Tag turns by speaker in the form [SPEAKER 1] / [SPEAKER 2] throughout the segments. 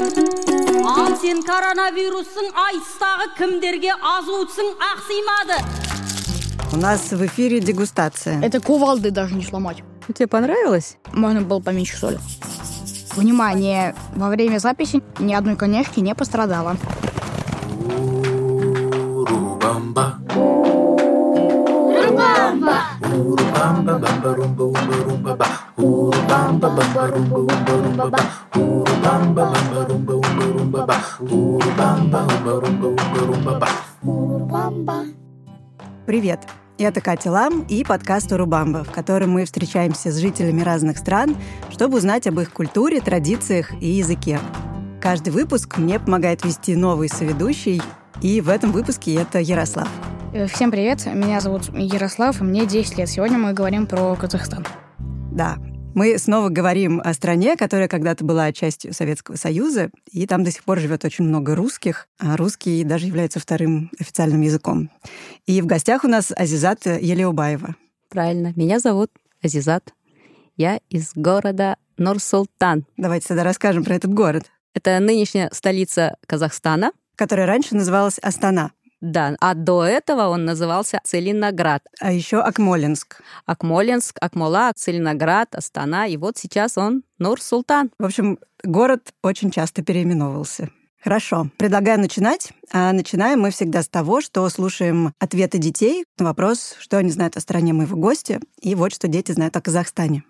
[SPEAKER 1] ал сен коронавирустың айтыстағы кімдерге азуытсың ақсимады
[SPEAKER 2] У нас в эфире дегустация.
[SPEAKER 3] Это кувалды даже не сломать.
[SPEAKER 2] Тебе понравилось?
[SPEAKER 3] Можно было поменьше соли. Внимание! Во время записи ни одной конешки не пострадало.
[SPEAKER 4] Урубамба. Урубамба. Урубамба, румба, умба, румба, ба. Урубамба, бамба, румба, умба, румба, ба. Урубамба, бамба, румба, умба, румба, ба. Урубамба, умба, румба, умба, румба, ба.
[SPEAKER 2] Привет! Это Катя Лам и подкаст «Урубамба», в котором мы встречаемся с жителями разных стран, чтобы узнать об их культуре, традициях и языке. Каждый выпуск мне помогает вести новый соведущий, и в этом выпуске это Ярослав.
[SPEAKER 3] Э, Всем привет, меня зовут Ярослав, и мне 10 лет. Сегодня мы говорим про Казахстан.
[SPEAKER 2] Да, мы снова говорим о стране, которая когда-то была частью Советского Союза, и там до сих пор живет очень много русских, а русский даже является вторым официальным языком. И в гостях у нас Азизат Елеубаева.
[SPEAKER 5] Правильно. Меня зовут Азизат. Я из города Нур-Султан.
[SPEAKER 2] Давайте тогда расскажем про этот город,
[SPEAKER 5] Это нынешняя столица Казахстана.
[SPEAKER 2] который раньше называлась Астана,
[SPEAKER 5] Да, а до этого он назывался Целиноград.
[SPEAKER 2] а еще Акмолинск.
[SPEAKER 5] Акмолинск, Акмола, Целиноград, Астана. И вот сейчас он Нур-Султан.
[SPEAKER 2] В общем, город очень часто переименовывался. Хорошо, предлагаю начинать. А начинаем мы всегда с того, что слушаем ответы детей на вопрос, что они знают о стране моего гостя, и вот что дети знают о Казахстане.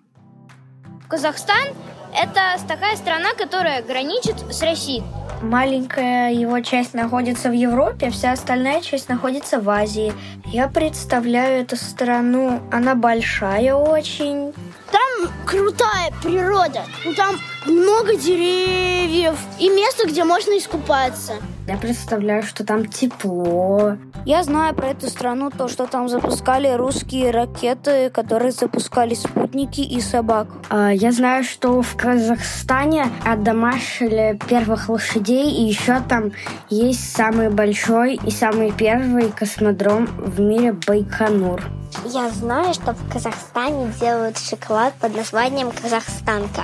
[SPEAKER 6] Казахстан – это такая страна, которая граничит с Россией.
[SPEAKER 7] Маленькая его часть находится в Европе, вся остальная часть находится в Азии. Я представляю эту страну, она большая очень.
[SPEAKER 6] Крутая природа. Ну, Там много деревьев и место, где можно искупаться.
[SPEAKER 7] Я представляю, что там тепло.
[SPEAKER 8] Я знаю про эту страну то, что там запускали русские ракеты, которые запускали спутники и собак.
[SPEAKER 7] А, Я знаю, что в Казахстане отдомашили первых лошадей, и еще там есть самый большой и самый первый космодром в мире Байконур.
[SPEAKER 9] Я знаю, что в Казахстане делают шоколад под названием Казахстанка.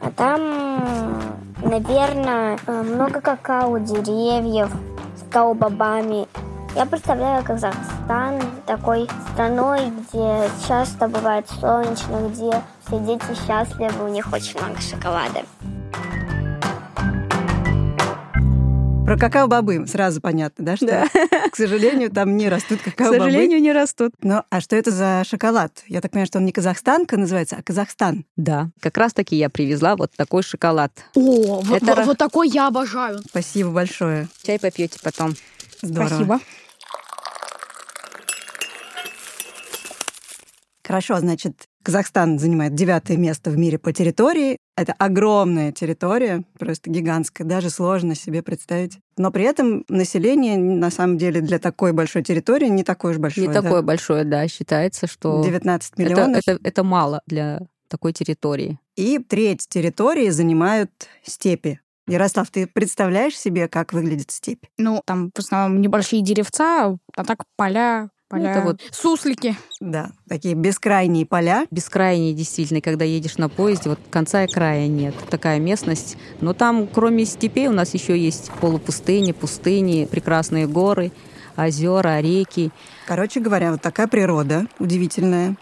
[SPEAKER 9] А там, наверное, э, много какао, деревьев с бобами Я представляю Казахстан такой страной, где часто бывает солнечно, где все дети счастливы, у них очень много шоколада.
[SPEAKER 2] Про какао-бобы сразу понятно, да? Что, К сожалению, там не растут какао-бобы.
[SPEAKER 5] не растут.
[SPEAKER 2] Ну, а что это за шоколад? Я так понимаю, что он не казахстанка называется, а Казахстан.
[SPEAKER 5] Да, как раз-таки я привезла вот такой шоколад.
[SPEAKER 3] О, вот,
[SPEAKER 5] Это ра-
[SPEAKER 3] вот такой я обожаю.
[SPEAKER 2] Спасибо большое.
[SPEAKER 5] Чай попьете потом.
[SPEAKER 2] Здорово.
[SPEAKER 3] Спасибо.
[SPEAKER 2] Хорошо, значит, Казахстан занимает девятое место в мире по территории. Это огромная территория, просто гигантская, даже сложно себе представить. Но при этом население, на самом деле, для такой большой территории не такое уж большое.
[SPEAKER 5] Не
[SPEAKER 2] да.
[SPEAKER 5] такое большое, да, считается, что
[SPEAKER 2] 19
[SPEAKER 5] это,
[SPEAKER 2] миллионов.
[SPEAKER 5] это- это мало для такой территории.
[SPEAKER 2] И треть территории занимают степи. Ярослав, ты представляешь себе, как выглядит степь?
[SPEAKER 3] Ну, там в основном небольшие деревца, а так поля, поля.
[SPEAKER 5] это вот-
[SPEAKER 3] суслики.
[SPEAKER 2] Да, такие бескрайние поля.
[SPEAKER 5] бескрайней действительно, когда едешь на поезде, вот конца и края нет. Такая местность. Но там, кроме степей, у нас еще есть полупустыни, пустыни, прекрасные горы, озера, реки.
[SPEAKER 2] Короче говоря, вот такая природа удивительная.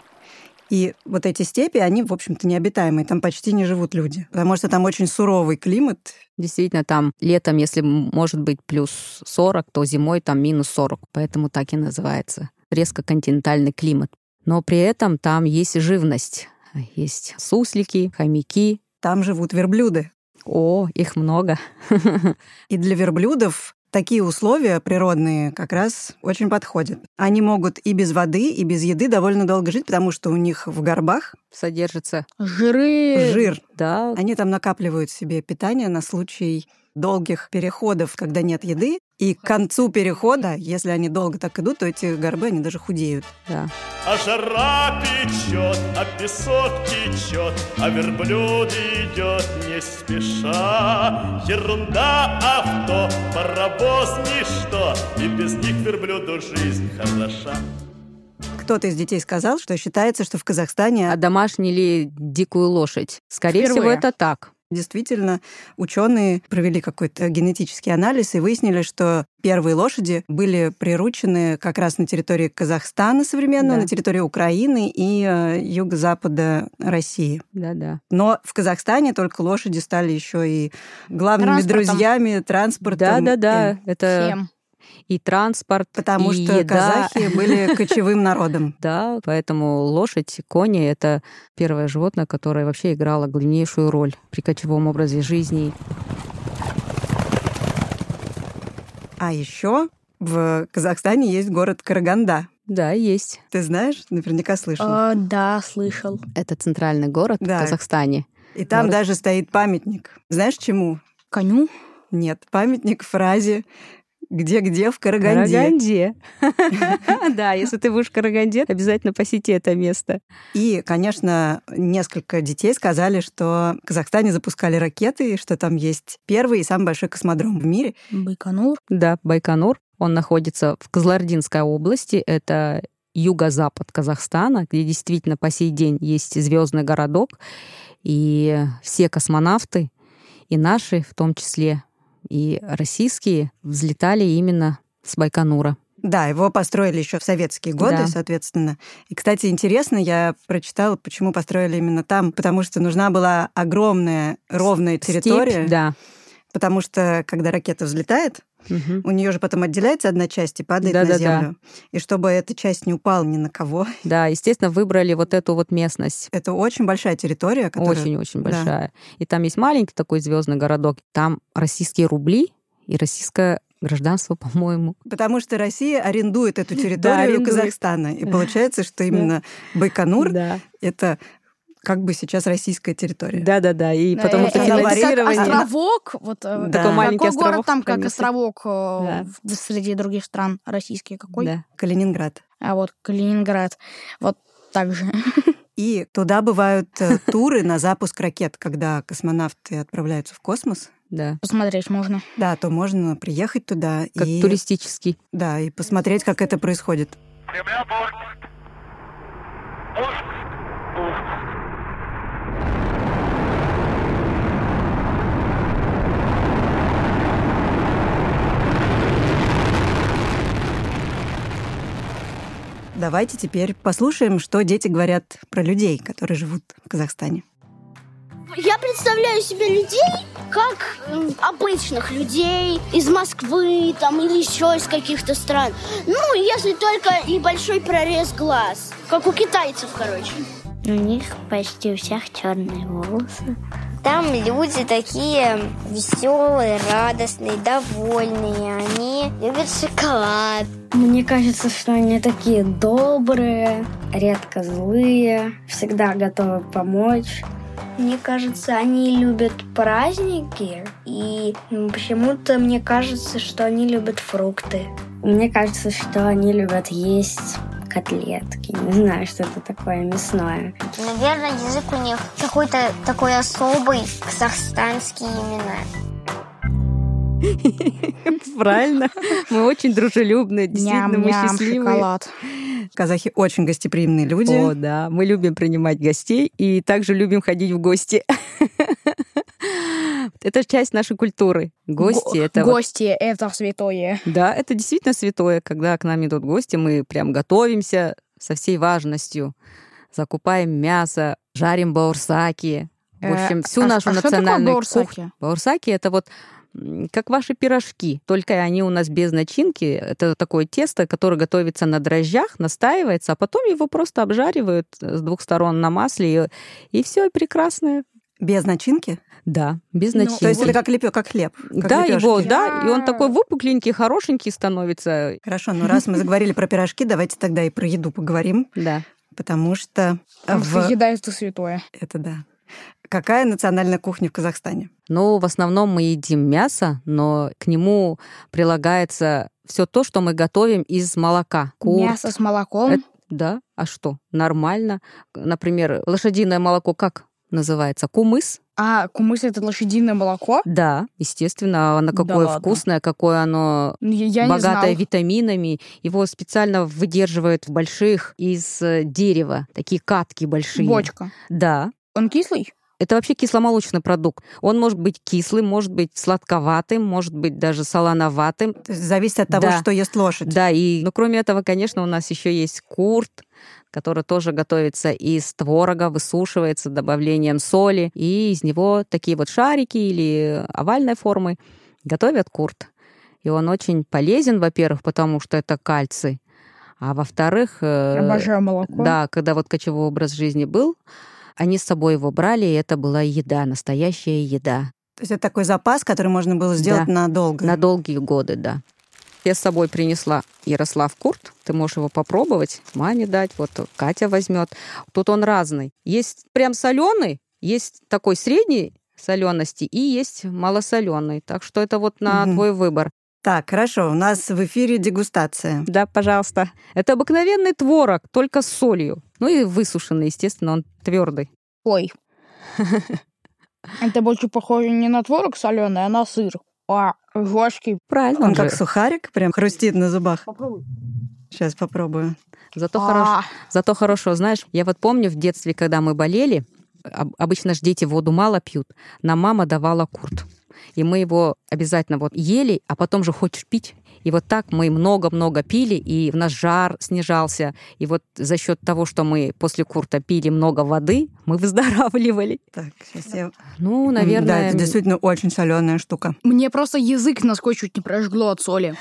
[SPEAKER 2] И вот эти степи, они, в общем-то, необитаемые. Там почти не живут люди. Потому что там очень суровый климат.
[SPEAKER 5] Действительно, там летом, если м- может быть плюс 40, то зимой там минус 40, поэтому так и называется. Резко континентальный климат. Но при этом там есть и живность. Есть суслики, хомяки.
[SPEAKER 2] Там живут верблюды.
[SPEAKER 5] О, их много.
[SPEAKER 2] И для верблюдов такие условия природные как раз очень подходят. Они могут и без воды, и без еды довольно долго жить, потому что у них в горбах
[SPEAKER 5] Содержится,
[SPEAKER 3] Жиры.
[SPEAKER 2] жир.
[SPEAKER 5] да,
[SPEAKER 2] Они там накапливают себе питание на случай долгих переходов, когда нет еды. И к концу перехода, если они долго так идут, то эти горбы, они даже худеют.
[SPEAKER 5] да.
[SPEAKER 10] А жара печет, а песок течет, а верблюд идет не спеша. Ерунда авто, паровоз ничто, и без них верблюду жизнь хороша.
[SPEAKER 2] Кто-то из детей сказал, что считается, что в Казахстане
[SPEAKER 5] А домашний ли дикую лошадь? Скорее
[SPEAKER 3] Впервые.
[SPEAKER 5] всего, это так.
[SPEAKER 2] Действительно, ученые провели какой-то генетический анализ и выяснили, что первые лошади были приручены как раз на территории Казахстана современного,
[SPEAKER 5] Да.
[SPEAKER 2] на территории Украины и э, юго-запада России.
[SPEAKER 5] Да-да.
[SPEAKER 2] Но в Казахстане только лошади стали еще и главными
[SPEAKER 5] Транспортом.
[SPEAKER 2] друзьями транспорта.
[SPEAKER 5] Да-да-да, это и транспорт,
[SPEAKER 2] Потому
[SPEAKER 5] и
[SPEAKER 2] что
[SPEAKER 5] еда.
[SPEAKER 2] казахи были кочевым народом.
[SPEAKER 5] Да, поэтому лошадь, кони — это первое животное, которое вообще играло главнейшую роль при кочевом образе жизни.
[SPEAKER 2] А еще в Казахстане есть город Караганда.
[SPEAKER 5] Да, есть.
[SPEAKER 2] Ты знаешь? Наверняка слышал.
[SPEAKER 3] Э, да, слышал.
[SPEAKER 5] Это центральный город
[SPEAKER 2] Да.
[SPEAKER 5] в Казахстане.
[SPEAKER 2] И там
[SPEAKER 5] город-
[SPEAKER 2] даже стоит памятник. Знаешь чему?
[SPEAKER 3] Коню?
[SPEAKER 2] Нет, памятник фразе «Где-где в Караганде».
[SPEAKER 5] Караганде. Да, если ты будешь в Караганде, обязательно посети это место.
[SPEAKER 2] И, конечно, несколько детей сказали, что в Казахстане запускали ракеты, и что там есть первый и самый большой космодром в мире.
[SPEAKER 3] Байконур?
[SPEAKER 5] Да, Байконур. Он находится в Кызлардинской области. Это юго-запад Казахстана, где действительно по сей день есть звездный городок. И все космонавты, и наши в том числе, и российские, взлетали именно с Байконура.
[SPEAKER 2] Да, его построили еще в советские годы,
[SPEAKER 5] Да.
[SPEAKER 2] соответственно. И, кстати, интересно, я прочитала, почему построили именно там, потому что нужна была огромная ровная
[SPEAKER 5] Степь,
[SPEAKER 2] территория,
[SPEAKER 5] да.
[SPEAKER 2] потому что когда ракета взлетает,
[SPEAKER 5] Мгм.
[SPEAKER 2] у нее же потом отделяется одна часть и падает на
[SPEAKER 5] Да-да-да.
[SPEAKER 2] землю. И чтобы эта часть не упала ни на кого,
[SPEAKER 5] Да, естественно, выбрали вот эту вот местность.
[SPEAKER 2] это очень большая территория, которая...
[SPEAKER 5] Очень-очень
[SPEAKER 2] Да.
[SPEAKER 5] большая. И там есть маленький такой звездный городок. Там российские рубли и российское гражданство, по-моему.
[SPEAKER 2] Потому что Россия арендует эту территорию у
[SPEAKER 5] арендует.
[SPEAKER 2] Казахстана. И получается, что именно Байконур
[SPEAKER 5] Да.
[SPEAKER 2] это как бы сейчас российская территория.
[SPEAKER 5] Да, да, да. И потому что
[SPEAKER 2] э, это как
[SPEAKER 5] финансирование.
[SPEAKER 3] островок. Вот, э,
[SPEAKER 2] Да.
[SPEAKER 5] Такой маленький
[SPEAKER 3] какой город
[SPEAKER 5] островок
[SPEAKER 3] там как
[SPEAKER 5] прям есть.
[SPEAKER 3] островок э,
[SPEAKER 5] Да.
[SPEAKER 3] в- среди других стран российских какой?
[SPEAKER 5] Да.
[SPEAKER 2] Калининград.
[SPEAKER 3] А вот Калининград. Вот так же.
[SPEAKER 2] И туда бывают э, туры на запуск ракет, когда космонавты отправляются в космос.
[SPEAKER 5] Да.
[SPEAKER 3] Посмотреть можно.
[SPEAKER 2] Да, то можно приехать туда
[SPEAKER 5] Как
[SPEAKER 2] и,
[SPEAKER 5] туристический.
[SPEAKER 2] да, и посмотреть, как это происходит.
[SPEAKER 10] Земля Борг. Борг. Борг.
[SPEAKER 2] Давайте теперь послушаем, что дети говорят про людей, которые живут в Казахстане.
[SPEAKER 6] Я представляю себе людей как м, обычных людей из Москвы там или еще из каких-то стран. Ну, если только небольшой прорез глаз, как у китайцев, короче.
[SPEAKER 11] У них почти у всех черные волосы.
[SPEAKER 9] Там люди такие веселые, радостные, довольные. Они любят шоколад.
[SPEAKER 7] Мне кажется, что они такие добрые, редко злые, всегда готовы помочь. Мне кажется, они любят праздники, и м, почему-то мне кажется, что они любят фрукты. Мне кажется, что они любят есть котлетки. Не знаю, что это такое мясное.
[SPEAKER 9] Наверное, язык у них какой-то такой особый, казахстанский именно.
[SPEAKER 5] Правильно. Мы очень дружелюбные, действительно, мы
[SPEAKER 3] Ням-ням,
[SPEAKER 5] счастливые.
[SPEAKER 3] шоколад.
[SPEAKER 2] Казахи очень гостеприимные люди.
[SPEAKER 5] О, да. Мы любим принимать гостей и также любим ходить в гости. Это часть нашей культуры. Гости —
[SPEAKER 3] Го-
[SPEAKER 5] это вот
[SPEAKER 3] Гости — это святое.
[SPEAKER 5] Да, это действительно святое, когда к нам идут гости, мы прям готовимся со всей важностью, закупаем мясо, жарим баурсаки, в
[SPEAKER 3] Э,
[SPEAKER 5] общем, всю
[SPEAKER 3] а ш-
[SPEAKER 5] нашу
[SPEAKER 3] а что такое
[SPEAKER 5] национальную
[SPEAKER 3] баурсаки?
[SPEAKER 5] кухню. Баурсаки это вот м, как ваши пирожки, только они у нас без начинки. Это такое тесто, которое готовится на дрожжах, настаивается, а потом его просто обжаривают э, с двух сторон на масле, и, все, и прекрасно.
[SPEAKER 2] Без начинки.
[SPEAKER 5] Да, без
[SPEAKER 3] Ну,
[SPEAKER 5] начинки.
[SPEAKER 2] То есть это как лепё, как хлеб. как А.
[SPEAKER 5] да,
[SPEAKER 2] лепёшки.
[SPEAKER 5] его, да, и он
[SPEAKER 3] Я-
[SPEAKER 5] такой выпукленький, хорошенький становится.
[SPEAKER 2] Хорошо, ну раз мы заговорили про пирожки, давайте тогда и про еду поговорим,
[SPEAKER 5] Да.
[SPEAKER 2] потому что э,
[SPEAKER 3] Потому что
[SPEAKER 2] в...
[SPEAKER 3] еда — это святое.
[SPEAKER 2] это да. Какая национальная кухня в Казахстане?
[SPEAKER 5] Ну, в основном мы едим мясо, но к нему прилагается все то, что мы готовим из молока. Кур,
[SPEAKER 3] Мясо с молоком.
[SPEAKER 5] Это- Да, а что? Нормально. Например, лошадиное молоко как называется? Кумыс?
[SPEAKER 3] А кумыс — это лошадиное молоко?
[SPEAKER 5] Да, естественно, оно
[SPEAKER 3] Да
[SPEAKER 5] какое
[SPEAKER 3] ладно.
[SPEAKER 5] вкусное, какое оно
[SPEAKER 3] Ну, Я, я не
[SPEAKER 5] богатое
[SPEAKER 3] знал.
[SPEAKER 5] витаминами. Его специально выдерживают в больших из э, дерева, такие катки большие.
[SPEAKER 3] Бочка.
[SPEAKER 5] Да.
[SPEAKER 3] Он кислый?
[SPEAKER 5] Это вообще кисломолочный продукт. Он может быть кислым, может быть сладковатым, может быть даже солоноватым.
[SPEAKER 2] То есть зависит от того,
[SPEAKER 5] Да.
[SPEAKER 2] что ест лошадь.
[SPEAKER 5] Да, и ну, кроме этого, конечно, у нас еще есть курт, который тоже готовится из творога, высушивается добавлением соли, и из него такие вот шарики или овальной формы готовят курт. И он очень полезен, во-первых, потому что это кальций, а во-вторых... э,
[SPEAKER 3] Обожаю молоко.
[SPEAKER 5] Да, когда вот кочевой образ жизни был, они с собой его брали, и это была еда, настоящая еда.
[SPEAKER 2] То есть это такой запас, который можно было сделать
[SPEAKER 5] Да.
[SPEAKER 2] надолго.
[SPEAKER 5] На долгие годы, да. Я с собой принесла Ярослав Курт. Ты можешь его попробовать, маме дать, вот Катя возьмет. Тут он разный. Есть прям соленый, есть такой средней солености и есть малосоленый. Так что это вот на
[SPEAKER 2] Мгм.
[SPEAKER 5] твой выбор.
[SPEAKER 2] Так, хорошо, у нас в эфире дегустация.
[SPEAKER 5] Да, пожалуйста. Это обыкновенный творог, только с солью. Ну и высушенный, естественно, он твердый.
[SPEAKER 3] Ой. Это больше похоже не на творог соленый, а на сыр. А, жесткий.
[SPEAKER 5] Правильно.
[SPEAKER 2] Он,
[SPEAKER 5] же.
[SPEAKER 2] как сухарик, прям хрустит на зубах.
[SPEAKER 3] Попробуй.
[SPEAKER 2] Сейчас попробую.
[SPEAKER 5] Зато,
[SPEAKER 3] А.
[SPEAKER 5] хорошо, зато хорошо, знаешь, я вот помню в детстве, когда мы болели, об- обычно же дети воду мало пьют, нам мама давала курт. И мы его обязательно вот ели, а потом же хочешь пить. И вот так мы много-много пили, и в нас жар снижался. И вот за счет того, что мы после курта пили много воды, мы выздоравливали.
[SPEAKER 2] Так, сейчас я...
[SPEAKER 5] Ну,
[SPEAKER 2] Да,
[SPEAKER 5] наверное...
[SPEAKER 2] это действительно очень соленая штука.
[SPEAKER 3] Мне просто язык насквозь чуть не прожгло от соли.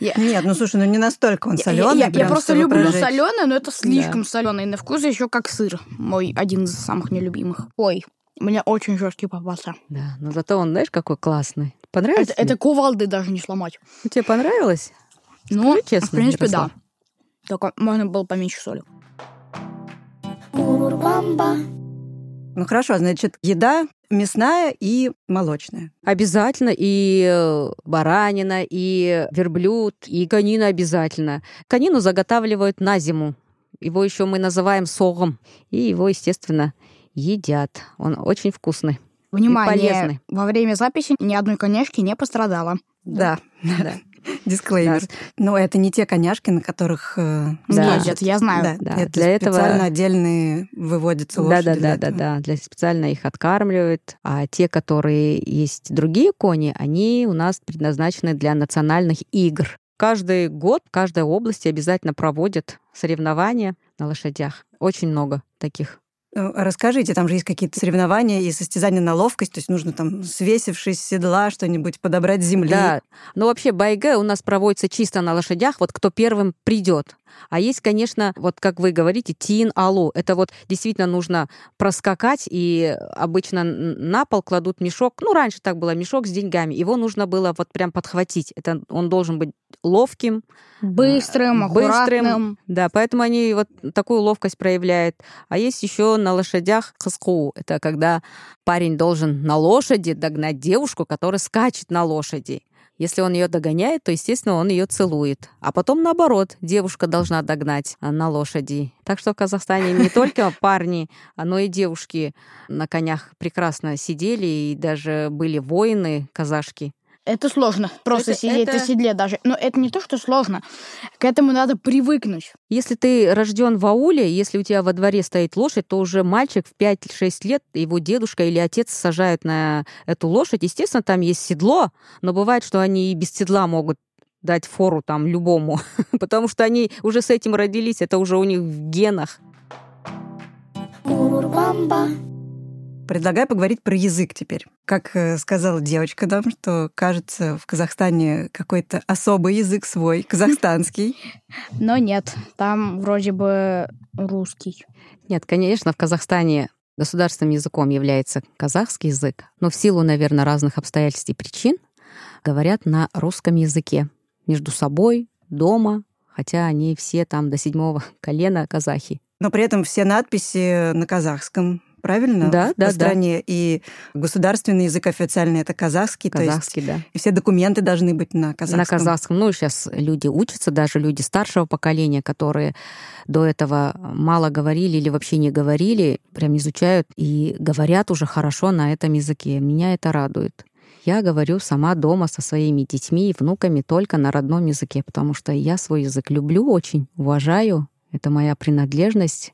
[SPEAKER 2] Нет, ну слушай, ну не настолько он
[SPEAKER 3] Я- я-
[SPEAKER 2] соленый.
[SPEAKER 3] Я, я просто люблю соленое, но это слишком
[SPEAKER 5] Да.
[SPEAKER 3] соленое. На вкус еще как сыр. Мой один из самых нелюбимых. Ой, мне очень жесткий попался.
[SPEAKER 5] Да, но зато он, знаешь, какой классный. Понравилось?
[SPEAKER 3] Это, А это кувалды даже не сломать.
[SPEAKER 5] тебе? Тебе понравилось?
[SPEAKER 3] Ну,
[SPEAKER 5] Скажи честно,
[SPEAKER 3] в принципе,
[SPEAKER 5] Ярослав.
[SPEAKER 3] да. Только можно было поменьше соли.
[SPEAKER 2] Ну хорошо, значит, еда мясная и молочная.
[SPEAKER 5] Обязательно и э, баранина, и верблюд, и конина обязательно. Конину заготавливают на зиму. Его еще мы называем согом. И его, естественно, едят. Он очень вкусный.
[SPEAKER 3] Внимание,
[SPEAKER 5] полезный.
[SPEAKER 3] во время записи ни одной конешки не пострадало.
[SPEAKER 2] Да,
[SPEAKER 5] Да.
[SPEAKER 2] дисклеймер. Но это не те коняшки, на которых... э,
[SPEAKER 5] Да.
[SPEAKER 3] Ездят, я знаю.
[SPEAKER 2] Да,
[SPEAKER 5] Да,
[SPEAKER 2] это
[SPEAKER 5] для этого-
[SPEAKER 2] специально отдельные выводятся
[SPEAKER 5] Да,
[SPEAKER 2] лошади.
[SPEAKER 5] да,
[SPEAKER 2] для
[SPEAKER 5] да, да,
[SPEAKER 2] этого.
[SPEAKER 5] да. Для специально их откармливают. А те, которые есть другие кони, они у нас предназначены для национальных игр. Каждый год в каждой области обязательно проводят соревнования на лошадях. Очень много таких.
[SPEAKER 2] Ну, Расскажите, там же есть какие-то соревнования и состязания на ловкость, то есть нужно там, свесившись с седла, что-нибудь подобрать с земли.
[SPEAKER 5] Да. Ну, вообще, байге у нас проводится чисто на лошадях, вот кто первым придет. А есть, конечно, вот как вы говорите, тин-алу. Это вот действительно нужно проскакать, и обычно н- на пол кладут мешок. Ну, раньше так было, мешок с деньгами. Его нужно было вот прям подхватить. Это он должен быть ловким,
[SPEAKER 3] Быстрым,
[SPEAKER 5] Быстрым.
[SPEAKER 3] аккуратным.
[SPEAKER 5] да, поэтому они вот такую ловкость проявляют. А есть еще на лошадях хаску. Это когда парень должен на лошади догнать девушку, которая скачет на лошади. Если он ее догоняет, то, естественно, он ее целует. А потом, наоборот, девушка должна догнать а, на лошади. Так что в Казахстане не только парни, а, но и девушки на конях прекрасно сидели, и даже были воины казашки.
[SPEAKER 3] Это сложно. Просто
[SPEAKER 5] Это-
[SPEAKER 3] сидеть на
[SPEAKER 5] это-
[SPEAKER 3] седле даже. Но это не то, что сложно. К этому надо привыкнуть.
[SPEAKER 5] Если ты рожден в ауле, если у тебя во дворе стоит лошадь, то уже мальчик в 5-6 лет, его дедушка или отец сажают на эту лошадь. Естественно, там есть седло, но бывает, что они и без седла могут дать фору там любому, потому что они уже с этим родились, это уже у них в генах.
[SPEAKER 2] Предлагаю поговорить про язык теперь. Как э, сказала девочка нам, что, кажется, в Казахстане какой-то особый язык свой, казахстанский.
[SPEAKER 3] Но нет, там вроде бы русский.
[SPEAKER 5] Нет, конечно, в Казахстане государственным языком является казахский язык, но в силу, наверное, разных обстоятельств и причин говорят на русском языке между собой, дома, хотя они все там до седьмого колена казахи.
[SPEAKER 2] Но при этом все надписи на казахском, правильно?
[SPEAKER 5] Да,
[SPEAKER 2] По
[SPEAKER 5] да, да.
[SPEAKER 2] стране. И государственный язык официальный — это казахский,
[SPEAKER 5] Казахский, да.
[SPEAKER 2] то есть все документы должны быть на казахском.
[SPEAKER 5] На казахском. Ну, сейчас люди учатся, даже люди старшего поколения, которые до этого мало говорили или вообще не говорили, прям изучают и говорят уже хорошо на этом языке. Меня это радует. Я говорю сама дома со своими детьми и внуками только на родном языке, потому что я свой язык люблю очень, уважаю. Это моя принадлежность.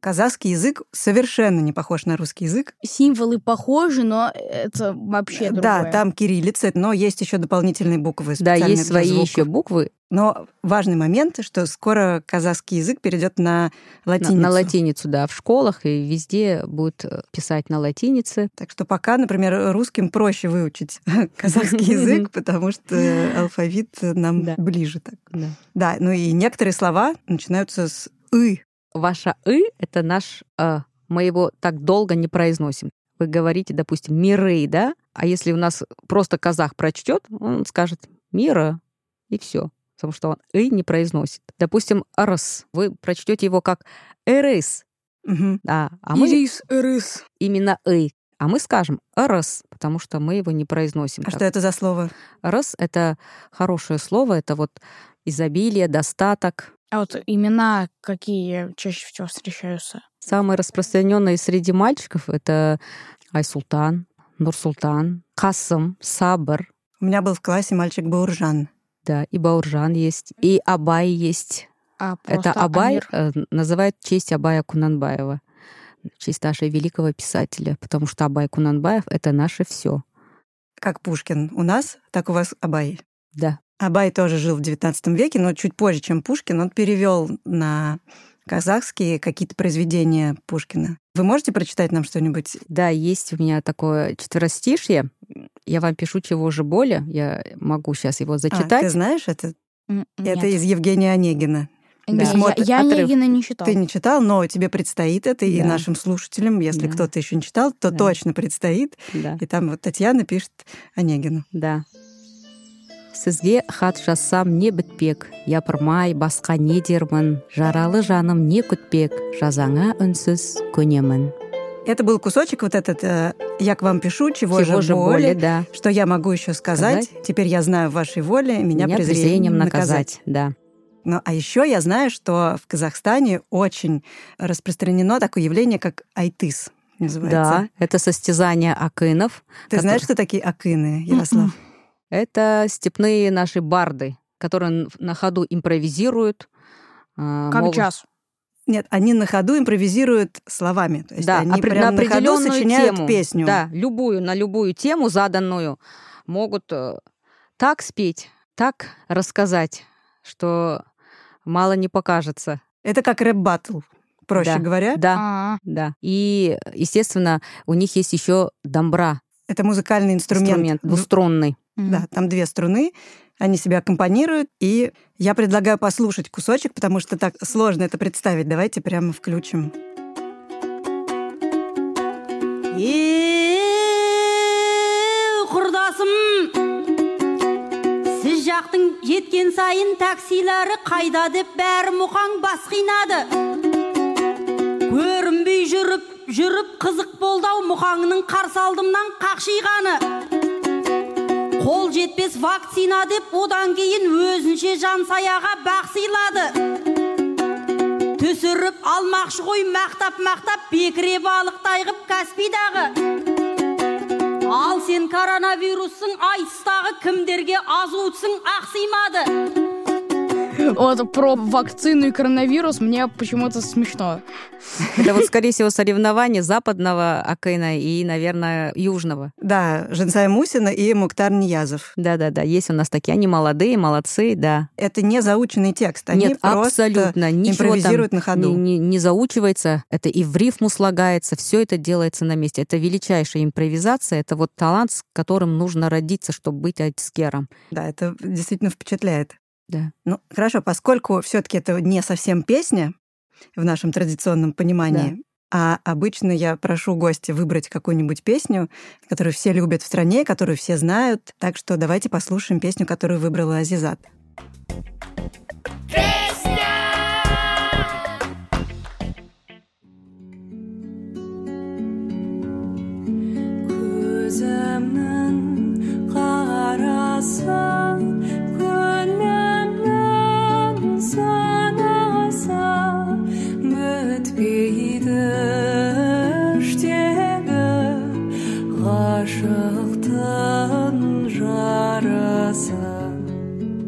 [SPEAKER 2] Казахский язык совершенно не похож на русский язык.
[SPEAKER 3] Символы похожи, но это вообще другое.
[SPEAKER 2] Да, там кириллица, но есть еще дополнительные буквы.
[SPEAKER 5] Да,
[SPEAKER 2] специальные
[SPEAKER 5] есть
[SPEAKER 2] для
[SPEAKER 5] свои
[SPEAKER 2] звуков.
[SPEAKER 5] еще буквы
[SPEAKER 2] Но важный момент, что скоро казахский язык перейдет на
[SPEAKER 5] на,
[SPEAKER 2] латиницу.
[SPEAKER 5] на латиницу, да, в школах и везде будут э, писать на латинице.
[SPEAKER 2] Так что пока, например, русским проще выучить казахский язык, потому что алфавит нам
[SPEAKER 5] Да.
[SPEAKER 2] ближе так.
[SPEAKER 5] Да.
[SPEAKER 2] Да, ну и некоторые слова начинаются с «ы».
[SPEAKER 5] Ваша «ы» — это наш «э». Мы его так долго не произносим. Вы говорите, допустим, «мирей», да? А если у нас просто казах прочтет, он скажет «мира», и все. Потому что он «ы» не произносит. Допустим, «рс». Вы прочтете его как «эрис»,
[SPEAKER 2] Мгм.
[SPEAKER 5] да, а мы
[SPEAKER 3] «эрыс».
[SPEAKER 5] именно «ы». А мы скажем «рс», потому что мы его не произносим.
[SPEAKER 2] А
[SPEAKER 5] так.
[SPEAKER 2] что это за слово?
[SPEAKER 5] «Рс» — это хорошее слово, это вот изобилие, достаток,
[SPEAKER 3] А вот имена какие чаще всего встречаются?
[SPEAKER 5] Самые распространенные среди мальчиков это Айсултан, Нурсултан, Касым, Сабр,
[SPEAKER 2] У меня был в классе мальчик Бауржан.
[SPEAKER 5] да, и Бауржан есть, и Абай есть.
[SPEAKER 3] А
[SPEAKER 5] это
[SPEAKER 3] просто
[SPEAKER 5] Абай
[SPEAKER 3] Амир.
[SPEAKER 5] э, называют в честь Абая Кунанбаева, в честь нашего великого писателя, потому что Абай Кунанбаев это наше все.
[SPEAKER 2] Как Пушкин у нас, так у вас Абай.
[SPEAKER 5] Да.
[SPEAKER 2] Абай тоже жил в XIX веке, но чуть позже, чем Пушкин, он перевел на казахские какие-то произведения Пушкина. Вы можете прочитать нам что-нибудь?
[SPEAKER 5] Да, есть у меня такое четверостишье. Я вам пишу чего же боли. Я могу сейчас его
[SPEAKER 2] А,
[SPEAKER 5] зачитать.
[SPEAKER 2] ты знаешь, это,
[SPEAKER 3] М,
[SPEAKER 2] это
[SPEAKER 3] нет.
[SPEAKER 2] из Евгения Онегина.
[SPEAKER 3] Не,
[SPEAKER 2] Бесмот-
[SPEAKER 3] Я, я
[SPEAKER 2] отрыв.
[SPEAKER 3] Онегина не читала.
[SPEAKER 2] Ты не читал, но тебе предстоит это, и
[SPEAKER 5] Да.
[SPEAKER 2] нашим слушателям, если
[SPEAKER 5] Да.
[SPEAKER 2] кто-то еще не читал, то
[SPEAKER 5] Да.
[SPEAKER 2] точно предстоит.
[SPEAKER 5] Да.
[SPEAKER 2] И там вот Татьяна пишет Онегину.
[SPEAKER 5] Да. Сізге хат жазсам не бітпек япырмай басқа не дермін жаралы жаным не күтпек жазаңа үнсіз көнемін
[SPEAKER 2] Это был кусочек вот этот э, «Я к вам пишу, чего,
[SPEAKER 5] Чего же боли, да
[SPEAKER 2] Что я могу еще сказать? Теперь я знаю в вашей воле, меня,
[SPEAKER 5] меня презрением наказать да
[SPEAKER 2] Ну, а еще я знаю, что в Казахстане очень распространено такое явление, как айтыс называется.
[SPEAKER 5] да это состязание акынов
[SPEAKER 2] Ты
[SPEAKER 5] Который-
[SPEAKER 2] знаешь, что такие акины, Ярослав?
[SPEAKER 5] это степные наши барды которые на ходу импровизируют а,
[SPEAKER 3] Как
[SPEAKER 5] могут-
[SPEAKER 3] час.
[SPEAKER 2] Нет, они на ходу импровизируют словами. То есть
[SPEAKER 5] да,
[SPEAKER 2] они
[SPEAKER 5] опре- на
[SPEAKER 2] прям на ходу
[SPEAKER 5] определенную
[SPEAKER 2] сочиняют
[SPEAKER 5] тему.
[SPEAKER 2] песню.
[SPEAKER 5] Да, любую, на любую тему заданную могут э, так спеть, так рассказать, что мало не покажется.
[SPEAKER 2] Это как рэп-баттл, проще
[SPEAKER 5] Да.
[SPEAKER 2] говоря.
[SPEAKER 5] Да,
[SPEAKER 3] А,
[SPEAKER 5] да. И, естественно, у них есть еще домбра,
[SPEAKER 2] Это музыкальный инструмент. Ну.
[SPEAKER 5] инструмент двуструнный.
[SPEAKER 3] м.
[SPEAKER 2] Да, там две струны, они себя аккомпанируют, и я предлагаю послушать кусочек, потому что так сложно это представить. Давайте прямо включим.
[SPEAKER 1] Еу, құрдасым сіз жақтың жеткен сайын таксилары қайда деп бәрі мұқаң бас қинады көрінбей жүріп жүріп қызық болды ау мұқаңның қарсы алдымнан қақшиғаны қол жетпес вакцина деп одан кейін өзінше жансаяға бақ сыйлады түсіріп алмақшы ғой мақтап мақтап бекіре балықтай қып каспийдағы ал сен коронавирустың айтыстағы кімдерге азуытсың ақсимады
[SPEAKER 3] Вот про вакцину и коронавирус мне почему-то смешно.
[SPEAKER 5] Это вот, скорее всего, соревнование западного акына и, наверное, южного.
[SPEAKER 2] Да, Жансая Мусина и Муктар Ниязов.
[SPEAKER 5] Да-да-да, есть у нас такие. Они молодые, молодцы, да.
[SPEAKER 2] Это не заученный текст, они
[SPEAKER 5] Нет,
[SPEAKER 2] просто
[SPEAKER 5] абсолютно ничего
[SPEAKER 2] импровизируют
[SPEAKER 5] там
[SPEAKER 2] на ходу.
[SPEAKER 5] Не, не- не заучивается, это и в рифму слагается, все это делается на месте. Это величайшая импровизация, это вот талант, с которым нужно родиться, чтобы быть айтискером.
[SPEAKER 2] Да, это действительно впечатляет.
[SPEAKER 5] Да.
[SPEAKER 2] Ну, хорошо, поскольку все таки это не совсем песня в нашем традиционном понимании, а обычно я прошу гостя выбрать какую-нибудь песню, которую все любят в стране, которую все знают. Так что давайте послушаем песню, которую выбрала Азизат.
[SPEAKER 12] көзімнің қарасы көңілімнің санасы бітпейді іштегі ғашықтың жарасы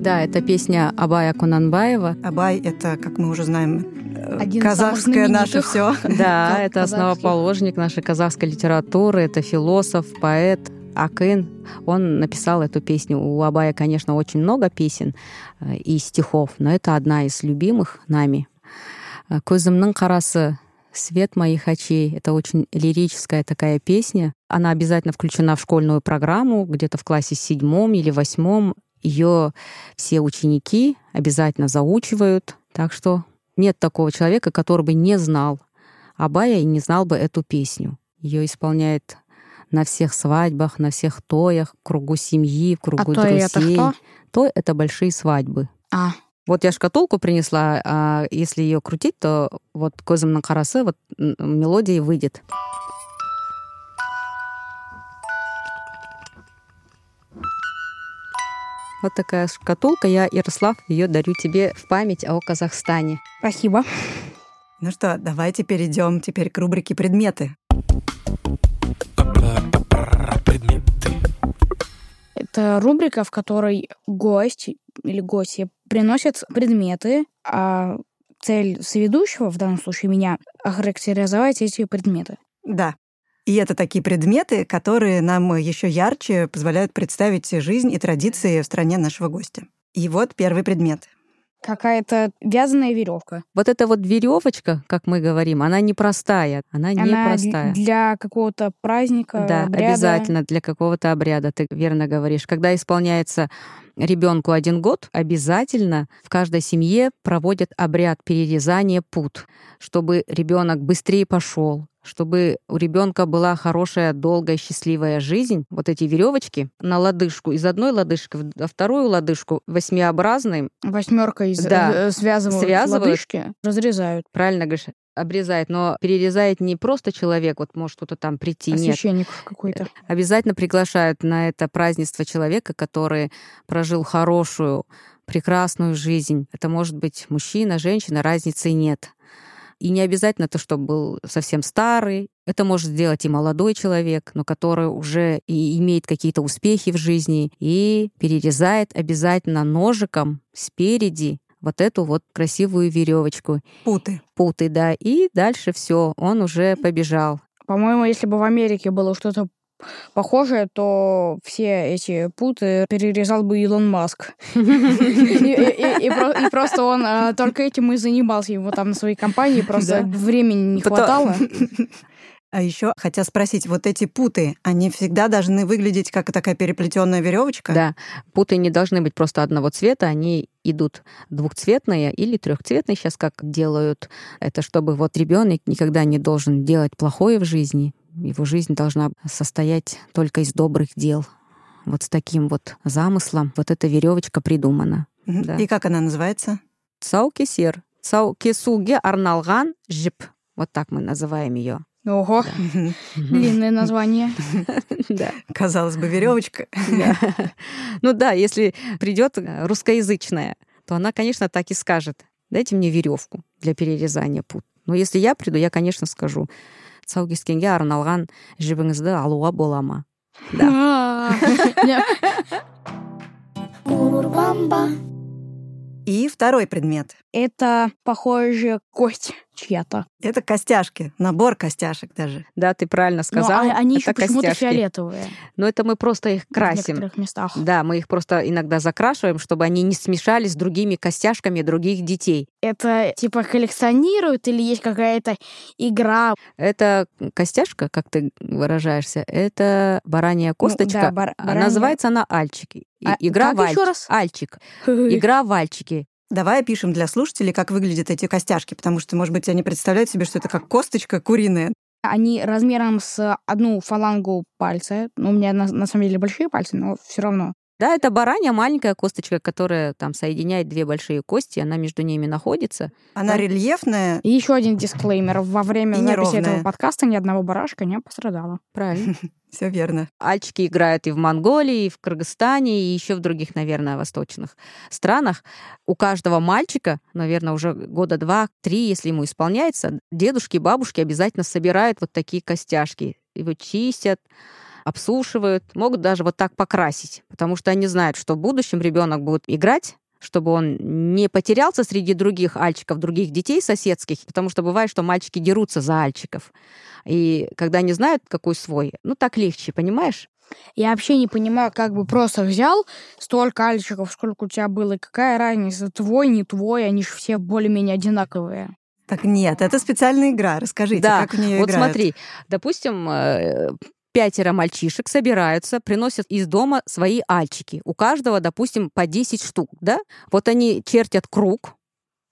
[SPEAKER 5] Да, это песня Абая Кунанбаева.
[SPEAKER 2] Абай — это, как мы уже знаем, э,
[SPEAKER 3] Один из
[SPEAKER 2] казахское
[SPEAKER 3] самых
[SPEAKER 2] наше все.
[SPEAKER 3] знаменитых.
[SPEAKER 5] Да, это
[SPEAKER 3] казахских.
[SPEAKER 5] основоположник нашей казахской литературы, это философ, поэт Акын. Он написал эту песню. У Абая, конечно, очень много песен э, и стихов, но это одна из любимых нами. Э, «Көзімнің қарасы», «Свет моих очей» — это очень лирическая такая песня. Она обязательно включена в школьную программу, где-то в классе седьмом или восьмом. Ее все ученики обязательно заучивают. Так что нет такого человека, который бы не знал Абая и не знал бы эту песню. Ее исполняет на всех свадьбах, на всех тоях, в кругу семьи, в кругу
[SPEAKER 3] А то
[SPEAKER 5] друзей.
[SPEAKER 3] это что?
[SPEAKER 5] То это большие свадьбы.
[SPEAKER 3] А,
[SPEAKER 5] Вот я шкатулку принесла, а если ее крутить, то вот козым на карасы вот м, мелодия и выйдет. Вот такая шкатулка. Я, Ярослав, ее дарю тебе в память о Казахстане.
[SPEAKER 3] спасибо.
[SPEAKER 2] Ну что, давайте перейдем теперь к рубрике «Предметы».
[SPEAKER 3] Это рубрика, в которой гость или гости приносят предметы, а цель соведущего, в данном случае меня, охарактеризовать эти предметы.
[SPEAKER 2] Да. И это такие предметы, которые нам еще ярче позволяют представить жизнь и традиции в стране нашего гостя. И вот первый предмет.
[SPEAKER 3] Какая-то вязаная веревка.
[SPEAKER 5] Вот эта вот веревочка, как мы говорим, она непростая. Она
[SPEAKER 3] Она
[SPEAKER 5] непростая.
[SPEAKER 3] д- для какого-то праздника,
[SPEAKER 5] Да,
[SPEAKER 3] обряда.
[SPEAKER 5] обязательно для какого-то обряда, ты верно говоришь. Когда исполняется ребенку один год, обязательно в каждой семье проводят обряд перерезания пут, чтобы ребенок быстрее пошел, чтобы у ребенка была хорошая, долгая, счастливая жизнь. Вот эти веревочки на лодыжку, из одной лодыжки в- во вторую лодыжку восьмиобразной,
[SPEAKER 3] Восьмеркой из-
[SPEAKER 5] Да.
[SPEAKER 3] э, связывают,
[SPEAKER 5] Связывают.
[SPEAKER 3] лодыжки, разрезают.
[SPEAKER 5] правильно говоришь, обрезает, но перерезает не просто человек, вот может кто-то там прийти,
[SPEAKER 3] А
[SPEAKER 5] нет.
[SPEAKER 3] священник какой-то.
[SPEAKER 5] Обязательно приглашают на это празднество человека, который прожил хорошую, прекрасную жизнь. Это может быть мужчина, женщина, разницы нет. И не обязательно то, что был совсем старый. Это может сделать и молодой человек, но который уже и имеет какие-то успехи в жизни и перерезает обязательно ножиком спереди вот эту вот красивую веревочку
[SPEAKER 2] Путы.
[SPEAKER 5] путы, да, и дальше все, он уже побежал.
[SPEAKER 3] По-моему, если бы в Америке было что-то похожее, то все эти путы перерезал бы Илон Маск. И- и- И и про- и просто он а, только этим и занимался. Его там на своей компании просто времени не
[SPEAKER 5] Потом-
[SPEAKER 3] хватало.
[SPEAKER 2] А еще хотя спросить, вот эти путы, они всегда должны выглядеть как такая переплетенная веревочка?
[SPEAKER 5] Да, путы не должны быть просто одного цвета, они идут двухцветные или трехцветные сейчас как делают. Это чтобы вот ребенок никогда не должен делать плохое в жизни. Его жизнь должна состоять только из добрых дел. Вот с таким вот замыслом вот эта веревочка придумана.
[SPEAKER 2] Мгм.
[SPEAKER 5] да.
[SPEAKER 2] И как она называется?
[SPEAKER 5] Цаукесер. Цаукесуге арналган жип. Вот так мы называем ее.
[SPEAKER 3] Ого,
[SPEAKER 2] Мгм.
[SPEAKER 3] длинное название.
[SPEAKER 5] Да.
[SPEAKER 2] Казалось бы, веревочка.
[SPEAKER 5] Ну да, если придет э, русскоязычная, то она, конечно, так и скажет. Дайте мне веревку для перерезания пут. Но если я приду, я, конечно, скажу. Цаугискенге арналган жибіңізді алуға бола ма?
[SPEAKER 3] А, Не,
[SPEAKER 2] И второй предмет.
[SPEAKER 3] Это, похоже, кость чья-то.
[SPEAKER 2] Это костяшки, набор костяшек даже.
[SPEAKER 5] Да, ты правильно
[SPEAKER 3] Но
[SPEAKER 5] сказал.
[SPEAKER 3] а- они еще
[SPEAKER 5] это
[SPEAKER 3] почему-то
[SPEAKER 5] костяшки.
[SPEAKER 3] фиолетовые
[SPEAKER 5] Но это мы просто их
[SPEAKER 3] в
[SPEAKER 5] красим.
[SPEAKER 3] некоторых местах.
[SPEAKER 5] Да, мы их просто иногда закрашиваем, чтобы они не смешались с другими костяшками других детей.
[SPEAKER 3] Это типа коллекционируют или есть какая-то игра? Ну,
[SPEAKER 5] Это костяшка, как ты выражаешься, это баранья
[SPEAKER 3] Ну, да,
[SPEAKER 5] косточка.
[SPEAKER 3] бар-
[SPEAKER 5] А
[SPEAKER 3] баранья.
[SPEAKER 5] Называется она альчики. И-
[SPEAKER 3] А
[SPEAKER 5] игра
[SPEAKER 3] как еще
[SPEAKER 5] вальчик.
[SPEAKER 3] раз?
[SPEAKER 5] Альчик. Игра вальчики.
[SPEAKER 2] Давай опишем для слушателей, как выглядят эти костяшки, потому что, может быть, они представляют себе, что это как косточка куриная.
[SPEAKER 3] Они размером с одну фалангу пальца. Ну, у меня на, на самом деле большие пальцы, но все равно.
[SPEAKER 5] Да, это баранья маленькая косточка, которая там соединяет две большие кости, она между ними находится.
[SPEAKER 2] Она
[SPEAKER 5] Да.
[SPEAKER 2] рельефная,
[SPEAKER 3] И еще один дисклеймер. Во
[SPEAKER 2] И
[SPEAKER 3] время записи
[SPEAKER 2] неровная.
[SPEAKER 3] этого подкаста ни одного барашка не пострадало.
[SPEAKER 5] Правильно.
[SPEAKER 2] все верно.
[SPEAKER 5] Альчики играют и в Монголии, и в Кыргызстане, и еще в других, наверное, восточных странах. У каждого мальчика, наверное, уже года два-три, если ему исполняется, дедушки и бабушки обязательно собирают вот такие костяшки. Его чистят, обсушивают, могут даже вот так покрасить, потому что они знают, что в будущем ребенок будет играть, чтобы он не потерялся среди других альчиков, других детей соседских, потому что бывает, что мальчики дерутся за альчиков. И когда не знают, какой свой, ну так легче, понимаешь?
[SPEAKER 3] Я вообще не понимаю, как бы просто взял столько альчиков, сколько у тебя было, и какая разница, твой, не твой, они же все более-менее одинаковые.
[SPEAKER 2] Так нет, это специальная игра. Расскажите,
[SPEAKER 5] да,
[SPEAKER 2] как в нее
[SPEAKER 5] вот
[SPEAKER 2] играют.
[SPEAKER 5] смотри, допустим, э, пятеро мальчишек собираются, приносят из дома свои альчики. У каждого, допустим, по 10 штук, да? Вот они чертят круг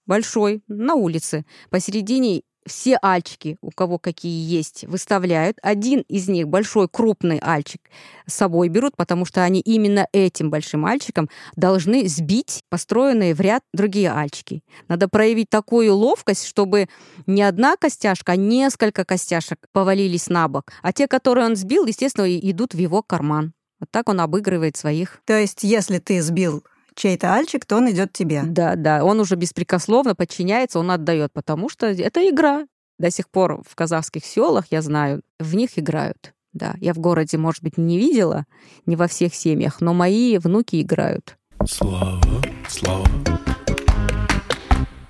[SPEAKER 5] большой на улице. Посередине все альчики, у кого какие есть, выставляют. Один из них, большой, крупный альчик, с собой берут, потому что они именно этим большим альчиком должны сбить построенные в ряд другие альчики. Надо проявить такую ловкость, чтобы не одна костяшка, а несколько костяшек повалились на бок. А те, которые он сбил, естественно, и- идут в его карман. Вот так он обыгрывает своих.
[SPEAKER 2] То есть, если ты сбил чей-то альчик, то он идет тебе.
[SPEAKER 5] Да, да, он уже беспрекословно подчиняется, он отдает, потому что это игра. До сих пор в казахских селах, я знаю, в них играют. Да, я в городе, может быть, не видела, не во всех семьях, но мои внуки играют.
[SPEAKER 4] Слава, слава.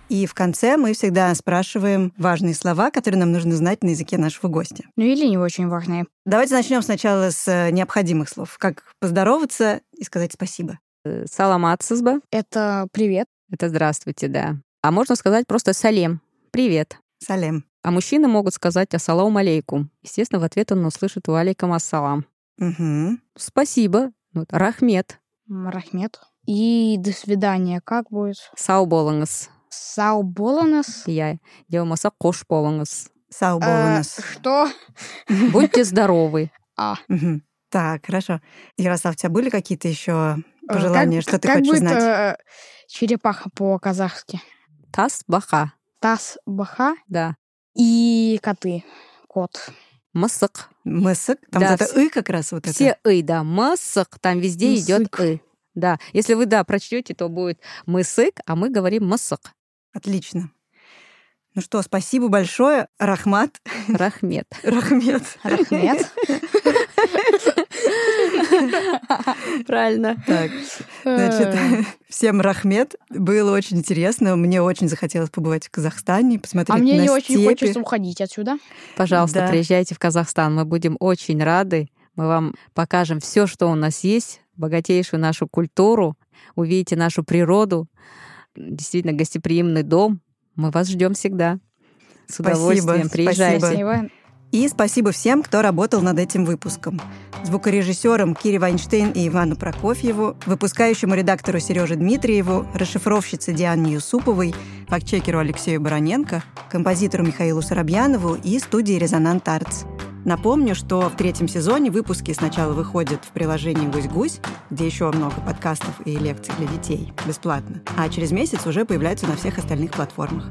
[SPEAKER 2] И в конце мы всегда спрашиваем важные слова, которые нам нужно знать на языке нашего гостя.
[SPEAKER 3] Ну или не очень важные.
[SPEAKER 2] Давайте начнем сначала с э, необходимых слов. Как поздороваться и сказать спасибо.
[SPEAKER 5] Э, Салам ацизба.
[SPEAKER 3] Это привет.
[SPEAKER 5] Это здравствуйте, да. А можно сказать просто салем. Привет.
[SPEAKER 2] Салем.
[SPEAKER 5] А мужчины могут сказать ассалам алейкум. Естественно, в ответ он услышит валейкам ассалам.
[SPEAKER 2] Мгм.
[SPEAKER 5] Спасибо. Вот, Рахмет.
[SPEAKER 3] М, Рахмет. И до свидания. Как будет?
[SPEAKER 5] Сау болыңыз.
[SPEAKER 3] Сау боланас.
[SPEAKER 5] Я девамаса кош болыңыз.
[SPEAKER 2] Сау
[SPEAKER 3] Э,
[SPEAKER 2] болыңыз.
[SPEAKER 3] Что?
[SPEAKER 5] Будьте здоровы.
[SPEAKER 3] А.
[SPEAKER 2] Мгм. Так, хорошо. Ярослав, у тебя были какие-то еще
[SPEAKER 3] э,
[SPEAKER 2] пожелания,
[SPEAKER 3] как-
[SPEAKER 2] что ты
[SPEAKER 3] как
[SPEAKER 2] хочешь
[SPEAKER 3] будет,
[SPEAKER 2] знать?
[SPEAKER 3] э, черепаха по-казахски.
[SPEAKER 5] Тас баха.
[SPEAKER 3] Тас, баха
[SPEAKER 5] Да.
[SPEAKER 3] и коты. Кот.
[SPEAKER 5] Мысык.
[SPEAKER 2] Мысок. Там
[SPEAKER 5] да,
[SPEAKER 2] вот это
[SPEAKER 5] все-
[SPEAKER 2] «ы» как раз вот
[SPEAKER 5] Все «ы», да. Мысык. Там везде идет
[SPEAKER 3] Мысык.
[SPEAKER 5] «ы». Да. Если вы, да, прочтете, то будет мысык, а мы говорим мысык.
[SPEAKER 2] это. Отлично. Ну что, спасибо большое. Рахмат.
[SPEAKER 5] Рахмет.
[SPEAKER 2] Рахмет.
[SPEAKER 3] Рахмет.
[SPEAKER 5] Правильно.
[SPEAKER 2] Так,
[SPEAKER 3] Э.
[SPEAKER 2] значит, всем рахмет. Было очень интересно. Мне очень захотелось побывать в Казахстане, посмотреть
[SPEAKER 3] А мне
[SPEAKER 2] на
[SPEAKER 3] не очень
[SPEAKER 2] степи.
[SPEAKER 3] хочется уходить отсюда.
[SPEAKER 5] Пожалуйста,
[SPEAKER 2] Да.
[SPEAKER 5] приезжайте в Казахстан. Мы будем очень рады. Мы вам покажем все, что у нас есть, богатейшую нашу культуру, увидите нашу природу, действительно гостеприимный дом. Мы вас ждем всегда. С
[SPEAKER 2] Спасибо,
[SPEAKER 5] удовольствием приезжайте.
[SPEAKER 2] спасибо.
[SPEAKER 3] Спасибо.
[SPEAKER 2] И спасибо всем, кто работал над этим выпуском. Звукорежиссерам Кире Вайнштейн и Ивану Прокофьеву, выпускающему редактору Сереже Дмитриеву, расшифровщице Диане Юсуповой, фактчекеру Алексею Бароненко, композитору Михаилу Соробьянову и студии «Резонант Артс». Напомню, что в третьем сезоне выпуски сначала выходят в приложении «Гусь-Гусь», где еще много подкастов и лекций для детей, бесплатно, а через месяц уже появляются на всех остальных платформах.